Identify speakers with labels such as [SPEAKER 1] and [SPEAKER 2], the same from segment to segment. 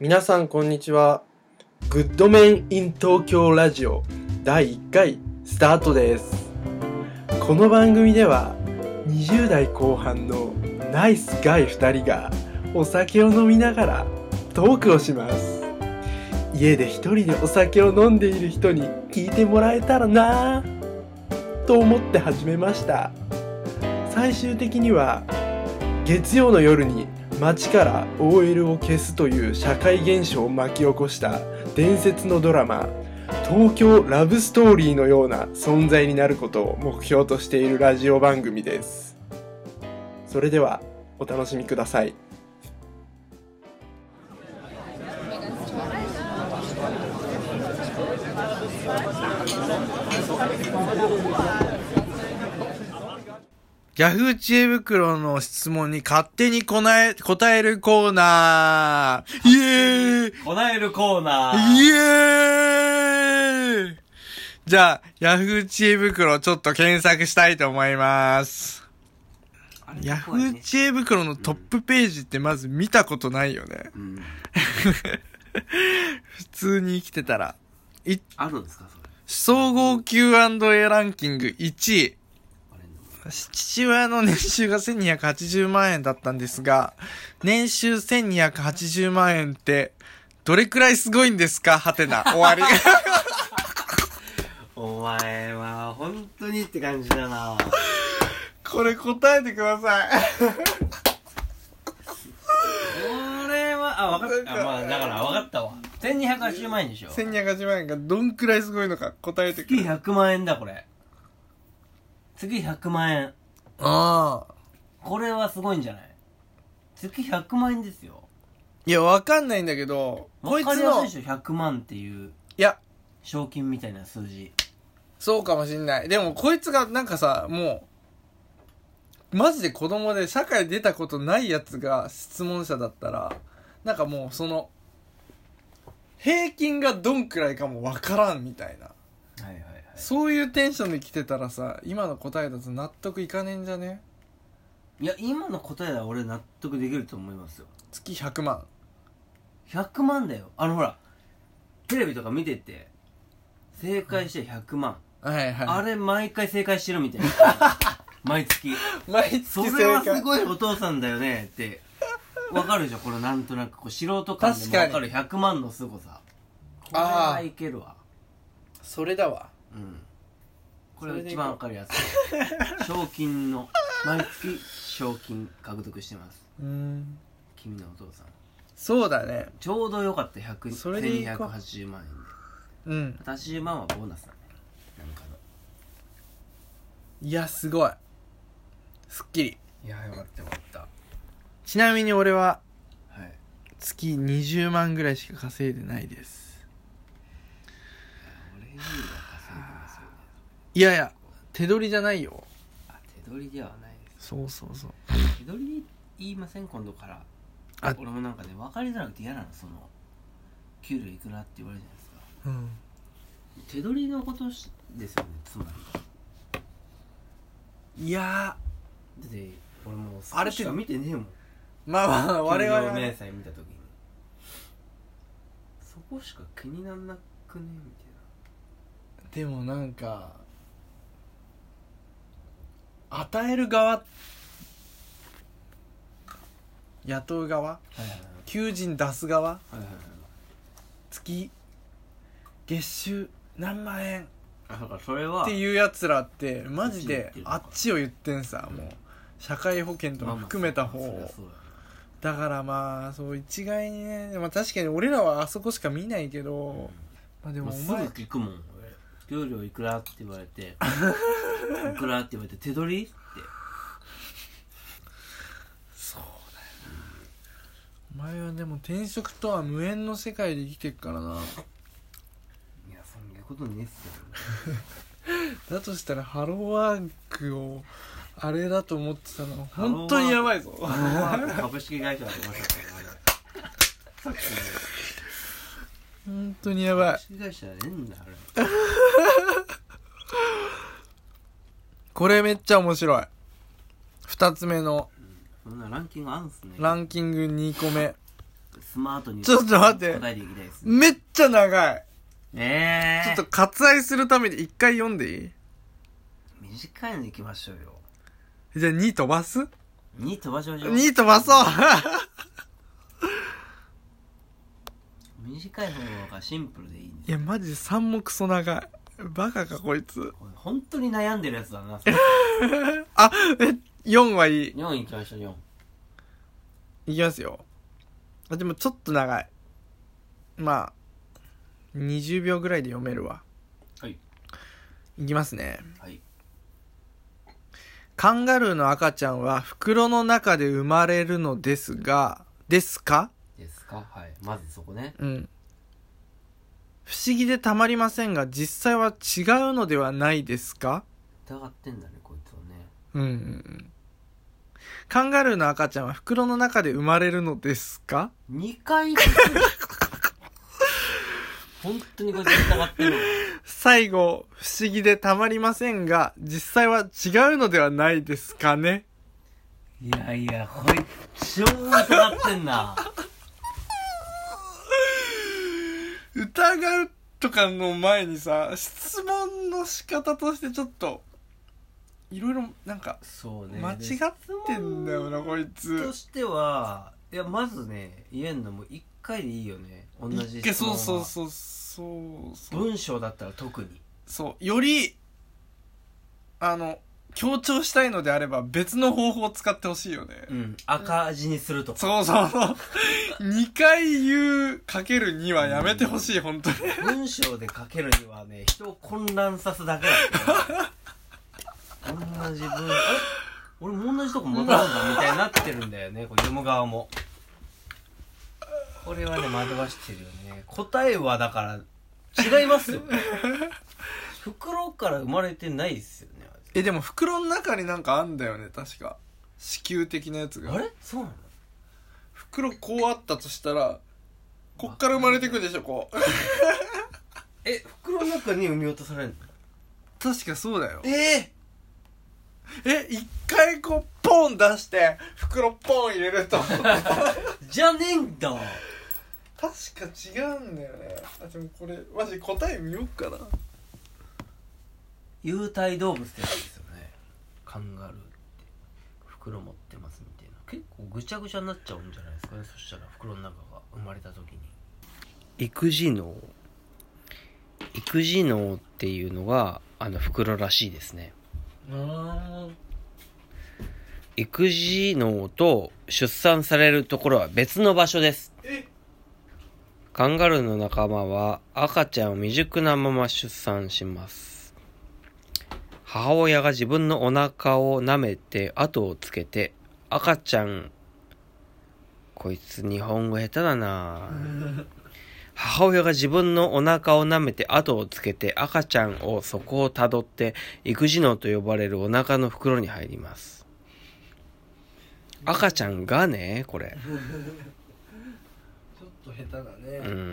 [SPEAKER 1] 皆さんこんにちはグッドメン in 東京ラジオ第1回スタートですこの番組では20代後半のナイスガイ2人がお酒を飲みながらトークをします家で一人でお酒を飲んでいる人に聞いてもらえたらなぁと思って始めました最終的には月曜の夜に街から OL を消すという社会現象を巻き起こした伝説のドラマ「東京ラブストーリー」のような存在になることを目標としているラジオ番組ですそれではお楽しみください
[SPEAKER 2] ギャフ知恵袋の質問に勝手にこなえ、答えるコーナーイエーイ
[SPEAKER 3] こなえるコーナー。
[SPEAKER 2] イエーイじゃあ、ヤフー知恵袋ちょっと検索したいと思います。ヤフー知恵袋のトップページってまず見たことないよね。
[SPEAKER 3] うん。
[SPEAKER 2] 普通に生きてたら。い
[SPEAKER 3] あるんですかそれ。
[SPEAKER 2] 総合 Q&A ランキング1位。
[SPEAKER 3] あれ
[SPEAKER 2] 父親の年収が1280万円だったんですが、年収1280万円って、どれくらいすごいんですかはてな。終わり。
[SPEAKER 3] お前は、本当にって感じだな
[SPEAKER 2] これ答えてください。
[SPEAKER 3] これは、あ、わかった。あまあ、だからわかったわ。1280万円でしょ。
[SPEAKER 2] 1280万円がどんくらいすごいのか答えてく
[SPEAKER 3] 月
[SPEAKER 2] ださい。
[SPEAKER 3] 100万円だ、これ。月100万円。
[SPEAKER 2] ああ。
[SPEAKER 3] これはすごいんじゃない月100万円ですよ。
[SPEAKER 2] いや、わかんないんだけど、こ
[SPEAKER 3] わ
[SPEAKER 2] い
[SPEAKER 3] か
[SPEAKER 2] つ
[SPEAKER 3] りや
[SPEAKER 2] の、
[SPEAKER 3] す
[SPEAKER 2] い
[SPEAKER 3] いでしょ、100万っていう
[SPEAKER 2] や、
[SPEAKER 3] 賞金みたいな数字。
[SPEAKER 2] そうかもしんない。でも、こいつがなんかさ、もう、マジで子供で社会出たことないやつが質問者だったら、なんかもうその、平均がどんくらいかもわからんみたいな。
[SPEAKER 3] はいはいはい。
[SPEAKER 2] そういうテンションで来てたらさ、今の答えだと納得いかねえんじゃね
[SPEAKER 3] いや、今の答えは俺納得できると思いますよ。
[SPEAKER 2] 月100万。
[SPEAKER 3] 100万だよあのほらテレビとか見てて正解して100万、
[SPEAKER 2] はいはい。
[SPEAKER 3] あれ毎回正解してる みたいな毎月
[SPEAKER 2] 毎
[SPEAKER 3] そ
[SPEAKER 2] 月
[SPEAKER 3] れは
[SPEAKER 2] 正解。
[SPEAKER 3] すごいお父さんだよねってわかるでしょこのなんとなくこう素人感でもわかる100万の凄さこれはいけるわ
[SPEAKER 2] それだわ。
[SPEAKER 3] うんこれが一番わかりやすい賞金の毎月賞金獲得してます
[SPEAKER 2] うん。
[SPEAKER 3] 君のお父さん
[SPEAKER 2] そうだね。
[SPEAKER 3] ちょうどよかった100
[SPEAKER 2] それでいいか
[SPEAKER 3] 1280万円で
[SPEAKER 2] うん。
[SPEAKER 3] 80万はボーナスだねなんかの
[SPEAKER 2] いや、すごい。すっきり。
[SPEAKER 3] いやよかったよかった
[SPEAKER 2] ちなみに俺は、
[SPEAKER 3] はい
[SPEAKER 2] 月20万ぐらいしか稼いでないです
[SPEAKER 3] 俺よりは稼いでますよね
[SPEAKER 2] いやいや手取りじゃないよ
[SPEAKER 3] あ手取りではないです
[SPEAKER 2] そうそうそう
[SPEAKER 3] 手取り言いません今度から
[SPEAKER 2] あ
[SPEAKER 3] 俺もなんかね分かりづらくて嫌なのその給料いくらって言われるじゃないですか
[SPEAKER 2] うん
[SPEAKER 3] 手取りのことしですよねつまり
[SPEAKER 2] いや
[SPEAKER 3] だって俺もう
[SPEAKER 2] あれ
[SPEAKER 3] しか見てねえもん
[SPEAKER 2] ーまあまあ我々
[SPEAKER 3] 給料明
[SPEAKER 2] は
[SPEAKER 3] 細見た時にそこしか気になんなくねみたいな
[SPEAKER 2] でもなんか与える側雇う側
[SPEAKER 3] はいはい
[SPEAKER 2] 求人出す側
[SPEAKER 3] はいはいはい
[SPEAKER 2] 月月収何万円
[SPEAKER 3] あだからそれは
[SPEAKER 2] っていうやつらってマジであっちを言ってんさもう社会保険と
[SPEAKER 3] まあ
[SPEAKER 2] か
[SPEAKER 3] まあ
[SPEAKER 2] 含めた方
[SPEAKER 3] そり
[SPEAKER 2] を
[SPEAKER 3] ゃそうだよ
[SPEAKER 2] だからまあそう一概にねまあ確かに俺らはあそこしか見ないけど、まあで
[SPEAKER 3] も
[SPEAKER 2] も
[SPEAKER 3] う
[SPEAKER 2] お
[SPEAKER 3] すぐ
[SPEAKER 2] 前
[SPEAKER 3] 聞くもん俺給料いくらって言われて いくらって言われて手取りって
[SPEAKER 2] お前はでも転職とは無縁の世界で生きてっからない
[SPEAKER 3] やそんなことねえっすよ
[SPEAKER 2] だとしたらハローワークをあれだと思ってたの本当にやばいぞ
[SPEAKER 3] あの株式会社あり ましたからねさっき
[SPEAKER 2] 本当にや
[SPEAKER 3] の
[SPEAKER 2] ばい
[SPEAKER 3] 株式会社ねえんだあれ
[SPEAKER 2] これめっちゃ面白い2つ目の
[SPEAKER 3] そんなランキングあんすね
[SPEAKER 2] ランキング2個目
[SPEAKER 3] すスマートに
[SPEAKER 2] ちょっと待って
[SPEAKER 3] 答えていきたいですね
[SPEAKER 2] めっちゃ長い。
[SPEAKER 3] え
[SPEAKER 2] ちょ
[SPEAKER 3] え
[SPEAKER 2] っと割愛するために一回読んでいい
[SPEAKER 3] 短いのいきましょうよ
[SPEAKER 2] じゃあ2飛ばす
[SPEAKER 3] 2飛ばしましょう
[SPEAKER 2] ?2 飛ばそう
[SPEAKER 3] 短い方がシンプルでいいんで
[SPEAKER 2] いや、マジ3もクソ長い。バカか、こいつ。
[SPEAKER 3] これ本当に悩んでるやつだ な
[SPEAKER 2] あ、え、4はいい。
[SPEAKER 3] 4いきましょう4
[SPEAKER 2] いきますよ。あ、でもちょっと長い。まあ、20秒ぐらいで読めるわ。
[SPEAKER 3] はい。
[SPEAKER 2] いきますね。
[SPEAKER 3] はい
[SPEAKER 2] カンガルーの赤ちゃんは袋の中で生まれるのですが、ですか
[SPEAKER 3] ですかはいまずそこね
[SPEAKER 2] うん。不思議でたまりませんが、実際は違うのではないですか
[SPEAKER 3] 疑ってんだねこいつはね
[SPEAKER 2] うんうんうん。カンガルーの赤ちゃんは袋の中で生まれるのですか
[SPEAKER 3] 2回本当にこいつ疑ってる
[SPEAKER 2] 最後、不思議でたまりませんが、実際は違うのではないですかね
[SPEAKER 3] いやいやこいつ超疑ってんな
[SPEAKER 2] 疑うとかの前にさ、質問の仕方としてちょっと、いろいろ、なんか、
[SPEAKER 3] そうね
[SPEAKER 2] 間違ってんだよな、こい
[SPEAKER 3] と
[SPEAKER 2] つ。
[SPEAKER 3] してはいやまずね言えんのも1回でいいよね同じ
[SPEAKER 2] いけ
[SPEAKER 3] 質問
[SPEAKER 2] そ
[SPEAKER 3] は
[SPEAKER 2] うそうそうそうそう。
[SPEAKER 3] 文章だったら特に
[SPEAKER 2] そう、より、あの、強調したいのであれば別の方法を使ってほしいよね。
[SPEAKER 3] うん赤字にするとか
[SPEAKER 2] そうそうそう。2回言うかける2はやめてほしい、本当に。
[SPEAKER 3] 文章で書けるにはね人を混乱さすだけだね同じ文あれ俺も同じとこ戻るんだみたいになってるんだよねこれ読む側もこれはね惑わしてるよね答えはだから違いますよ袋から生まれてないですよね
[SPEAKER 2] え、でも袋の中になんかあんだよね、確か。子宮的なやつ
[SPEAKER 3] あれあ
[SPEAKER 2] が。
[SPEAKER 3] れそうなの
[SPEAKER 2] 袋こうあったとしたら、こっから生まれてくでしょ、こう。
[SPEAKER 3] え袋の中に産み落とされるの
[SPEAKER 2] 確かそうだよ。
[SPEAKER 3] ええ
[SPEAKER 2] え、一回こう、ポン出して、袋ポン入れると。確か
[SPEAKER 3] じゃねえんだ
[SPEAKER 2] 違うんだよね。あ、でもこれ、マジ答え見よっかな。
[SPEAKER 3] 有体動物ってやつですよねカンガルーって袋持ってますみたいな結構ぐちゃぐちゃになっちゃうんじゃないですかねそしたら袋の中が生まれた時に育児脳育児脳っていうのがあの袋らしいですね
[SPEAKER 2] うん。
[SPEAKER 3] 育児脳と出産されるところは別の場所です
[SPEAKER 2] え
[SPEAKER 3] カンガルーの仲間は赤ちゃんを未熟なまま出産します。母親が自分のお腹を舐めて後をつけて赤ちゃん、こいつ日本語下手だな母親が自分のお腹を舐めて後をつけて赤ちゃんをそこをたどって育児脳と呼ばれるお腹の袋に入ります。赤ちゃんがね、これ。
[SPEAKER 2] ちょっと下手だね
[SPEAKER 3] うん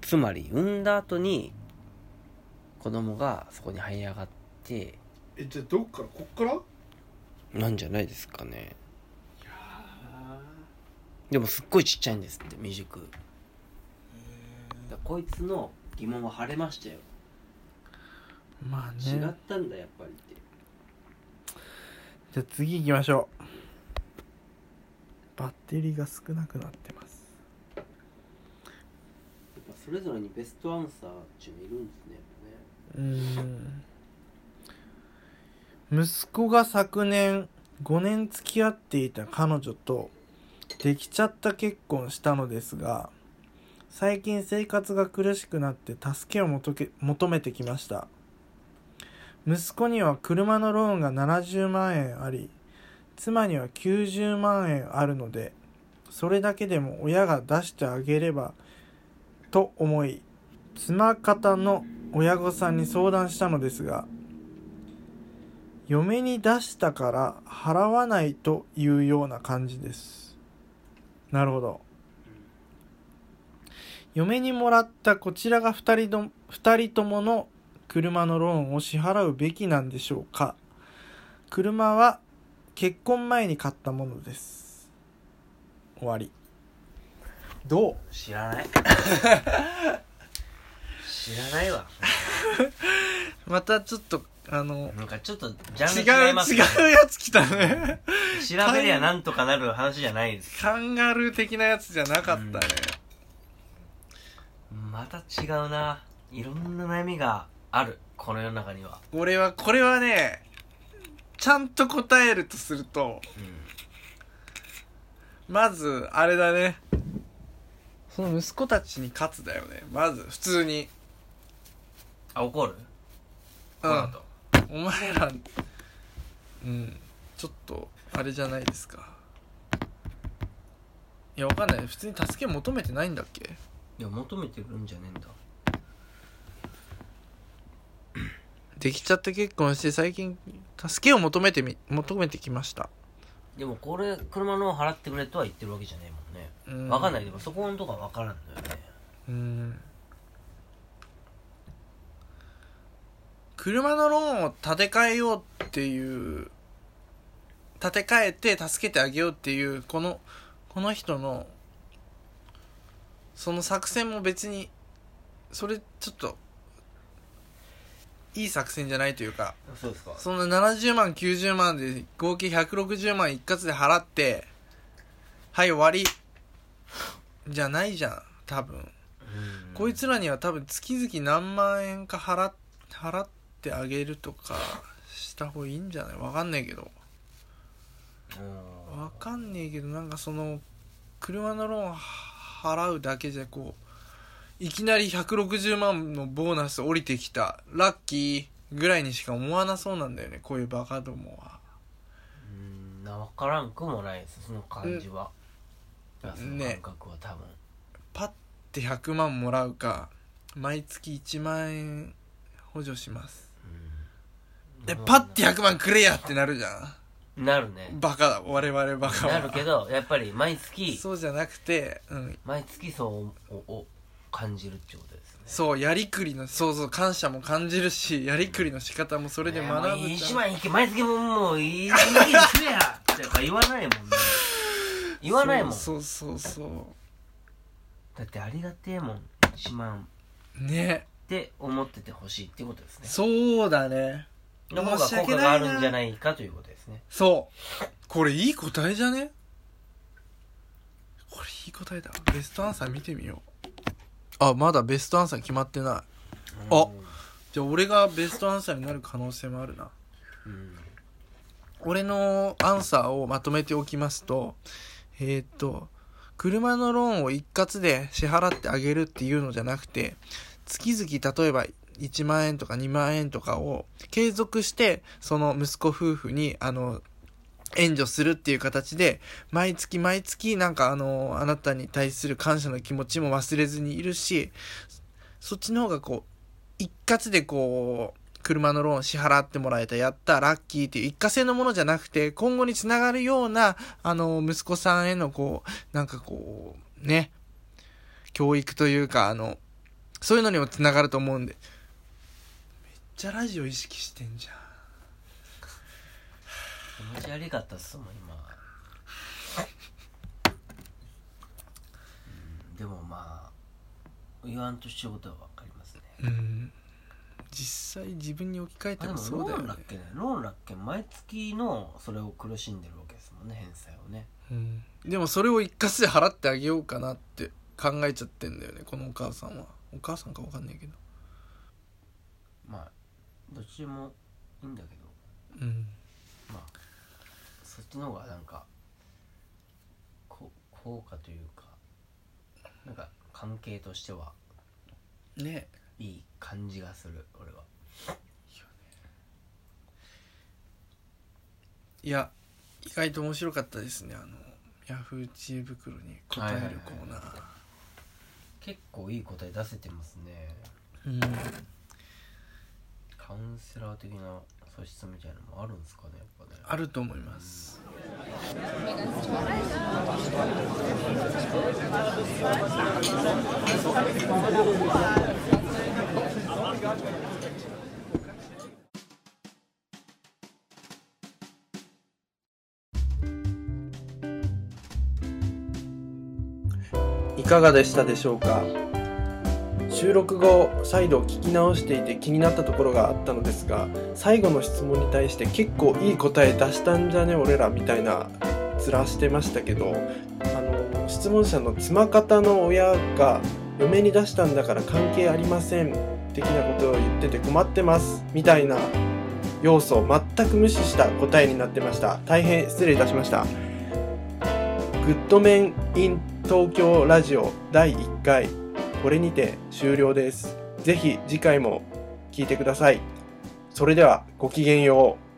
[SPEAKER 3] つまり産んだ後に子供がそこに這い上がって
[SPEAKER 2] え、じゃあどっからこっから
[SPEAKER 3] なんじゃないですかねでもすっごいちっちゃいんですって未熟だこいつの疑問は晴れましたよ、
[SPEAKER 2] まあ
[SPEAKER 3] 違
[SPEAKER 2] ね
[SPEAKER 3] っ。たんだやっぱりって
[SPEAKER 2] じゃあ次行きましょう。バッテリーが少なくなってます。
[SPEAKER 3] まあそれぞれにベストアンサーっていうのいるんですねやっぱね
[SPEAKER 2] うーん息子が昨年5年付き合っていた彼女とできちゃった結婚したのですが最近生活が苦しくなって助けを求け求めてきました息子には車のローンが70万円あり妻には90万円あるのでそれだけでも親が出してあげればと思い妻方の親御さんに相談したのですが嫁に出したから払わないというような感じですなるほど嫁にもらったこちらが2人ど2人ともの車のローンを支払うべきなんでしょうか車は結婚前に買ったものです終わり
[SPEAKER 1] どう
[SPEAKER 3] 知らない 知らないわ
[SPEAKER 2] またちょっとあの
[SPEAKER 3] なんかちょっと
[SPEAKER 2] 違
[SPEAKER 3] ジ
[SPEAKER 2] う
[SPEAKER 3] ャンル違いますね
[SPEAKER 2] 違うやつ来たね
[SPEAKER 3] 調べりゃなんとかなる話じゃないです
[SPEAKER 2] カンガルー的なやつじゃなかったね、
[SPEAKER 3] また違うないろんな悩みがあるこの世の中には
[SPEAKER 2] 俺はこれはねちゃんと答えるとすると
[SPEAKER 3] う
[SPEAKER 2] まずあれだねその息子たちに勝つだよねまず普通に
[SPEAKER 3] んあ怒る
[SPEAKER 2] う
[SPEAKER 3] こ
[SPEAKER 2] ん
[SPEAKER 3] の後
[SPEAKER 2] お前らうんちょっとあれじゃないですかいやわかんない普通に助け求めてないんだっけ
[SPEAKER 3] いや求めてるんじゃねえんだ
[SPEAKER 2] できちゃって結婚して最近助けを求めてみ求めてきました
[SPEAKER 3] でもこれ車の払ってくれとは言ってるわけじゃねえもんね
[SPEAKER 2] うん
[SPEAKER 3] 分かんないでもそこのとこは分からんのよね
[SPEAKER 2] うん車のローンを建て替えようっていう建て替えて助けてあげようっていうこのこの人のその作戦も別にそれちょっといい作戦じゃないというか
[SPEAKER 3] そうですか
[SPEAKER 2] そんな70万90万で合計160万一括で払ってはい終わりじゃないじゃん多分こいつらには多分月々何万円か払っ払ってあげるとかした方がいいんじゃないわかんねえけどわかんねえけどなんかその車のローン払うだけじゃこういきなり160万のボーナス降りてきたラッキーぐらいにしか思わなそうなんだよねこういうバカどもは
[SPEAKER 3] うんな分からんくもないですその感じは、いやその感覚は多分、
[SPEAKER 2] パッて100万もらうか毎月1万円補助します
[SPEAKER 3] うん
[SPEAKER 2] でパッて100万くれやってなるじゃ
[SPEAKER 3] な るね
[SPEAKER 2] んバカだ我々バカは
[SPEAKER 3] なるけどやっぱり毎月
[SPEAKER 2] そうじゃなくて、うん、
[SPEAKER 3] 毎月そうおお感じるってことですね
[SPEAKER 2] そうやりくりのそうそう感謝も感じるしやりくりの仕方もそれで学ぶ
[SPEAKER 3] ねもう
[SPEAKER 2] じ
[SPEAKER 3] 一
[SPEAKER 2] ゃん
[SPEAKER 3] 枚いけ毎月ももういいいいくれやってか言わないもんね言わないもん
[SPEAKER 2] そうそうそ
[SPEAKER 3] だってありがてえもん1万
[SPEAKER 2] うね
[SPEAKER 3] って思っててほしいってことですね
[SPEAKER 2] そうだね
[SPEAKER 3] の方が
[SPEAKER 2] 申し
[SPEAKER 3] 効
[SPEAKER 2] 訳
[SPEAKER 3] 果
[SPEAKER 2] ない
[SPEAKER 3] が
[SPEAKER 2] な
[SPEAKER 3] あるんじゃないかということですね
[SPEAKER 2] そうこれいい答えじゃねこれいい答えだベストアンサー見てみようあまだベストアンサー決まってないあじゃあ俺がベストアンサーになる可能性もあるな
[SPEAKER 3] うん
[SPEAKER 2] 俺のアンサーをまとめておきますと、えーっと、車のローンを一括で支払ってあげるっていうのじゃなくて、月々例えば1万円とか2万円とかを継続して、その息子夫婦に、あの、援助するっていう形で、毎月毎月なんかあの、あなたに対する感謝の気持ちも忘れずにいるし、そっちの方がこう、一括でこう車のローン支払ってもらえたやったラッキーっていう一過性のものじゃなくて今後につながるようなあの息子さんへのこうなんかこうね教育というかあのそういうのにもつながると思うんでめっちゃラジオ意識してんじゃん
[SPEAKER 3] 気持ち悪かったっすもん今うんでもまあ言わんとしてることは分かりますね
[SPEAKER 2] うん実際自分に置き換え
[SPEAKER 3] あ
[SPEAKER 2] て
[SPEAKER 3] で
[SPEAKER 2] も
[SPEAKER 3] も
[SPEAKER 2] そう
[SPEAKER 3] ロ
[SPEAKER 2] だよ
[SPEAKER 3] ーン
[SPEAKER 2] ね
[SPEAKER 3] だっけねローンだっけ毎月のそれを苦しんでるわけですもんね返済をね
[SPEAKER 2] うんでもそれを一括で払ってあげようかなって考えちゃってんだよねこのお母さんはお母さんかわかんないけど
[SPEAKER 3] まあどっちでもいいんだけど
[SPEAKER 2] うん
[SPEAKER 3] まあそっちの方がなんかこ効果というかなんか関係としては
[SPEAKER 2] ね
[SPEAKER 3] いい感じがする俺はい
[SPEAKER 2] や意外と面白かったですねあのヤフー知恵袋に答えるコーナー、
[SPEAKER 3] 結構いい答え出せてますねカウンセラー的な素質みたいなのもあるんですかねやっぱね
[SPEAKER 2] あると思いますかがでしたでしょうか収録後再度聞き直していて気になったところがあったのですが最後の質問に対して結構いい答え出したんじゃね俺らみたいな面してましたけどあの質問者の妻方の親が嫁に出したんだから関係ありません的なことを言ってて困ってますみたいな要素を全く無視した答えになってました大変失礼いたしましたグッドメン in 東京ラジオ第1回これにて終了ですぜひ次回も聞いてくださいそれではごきげんよう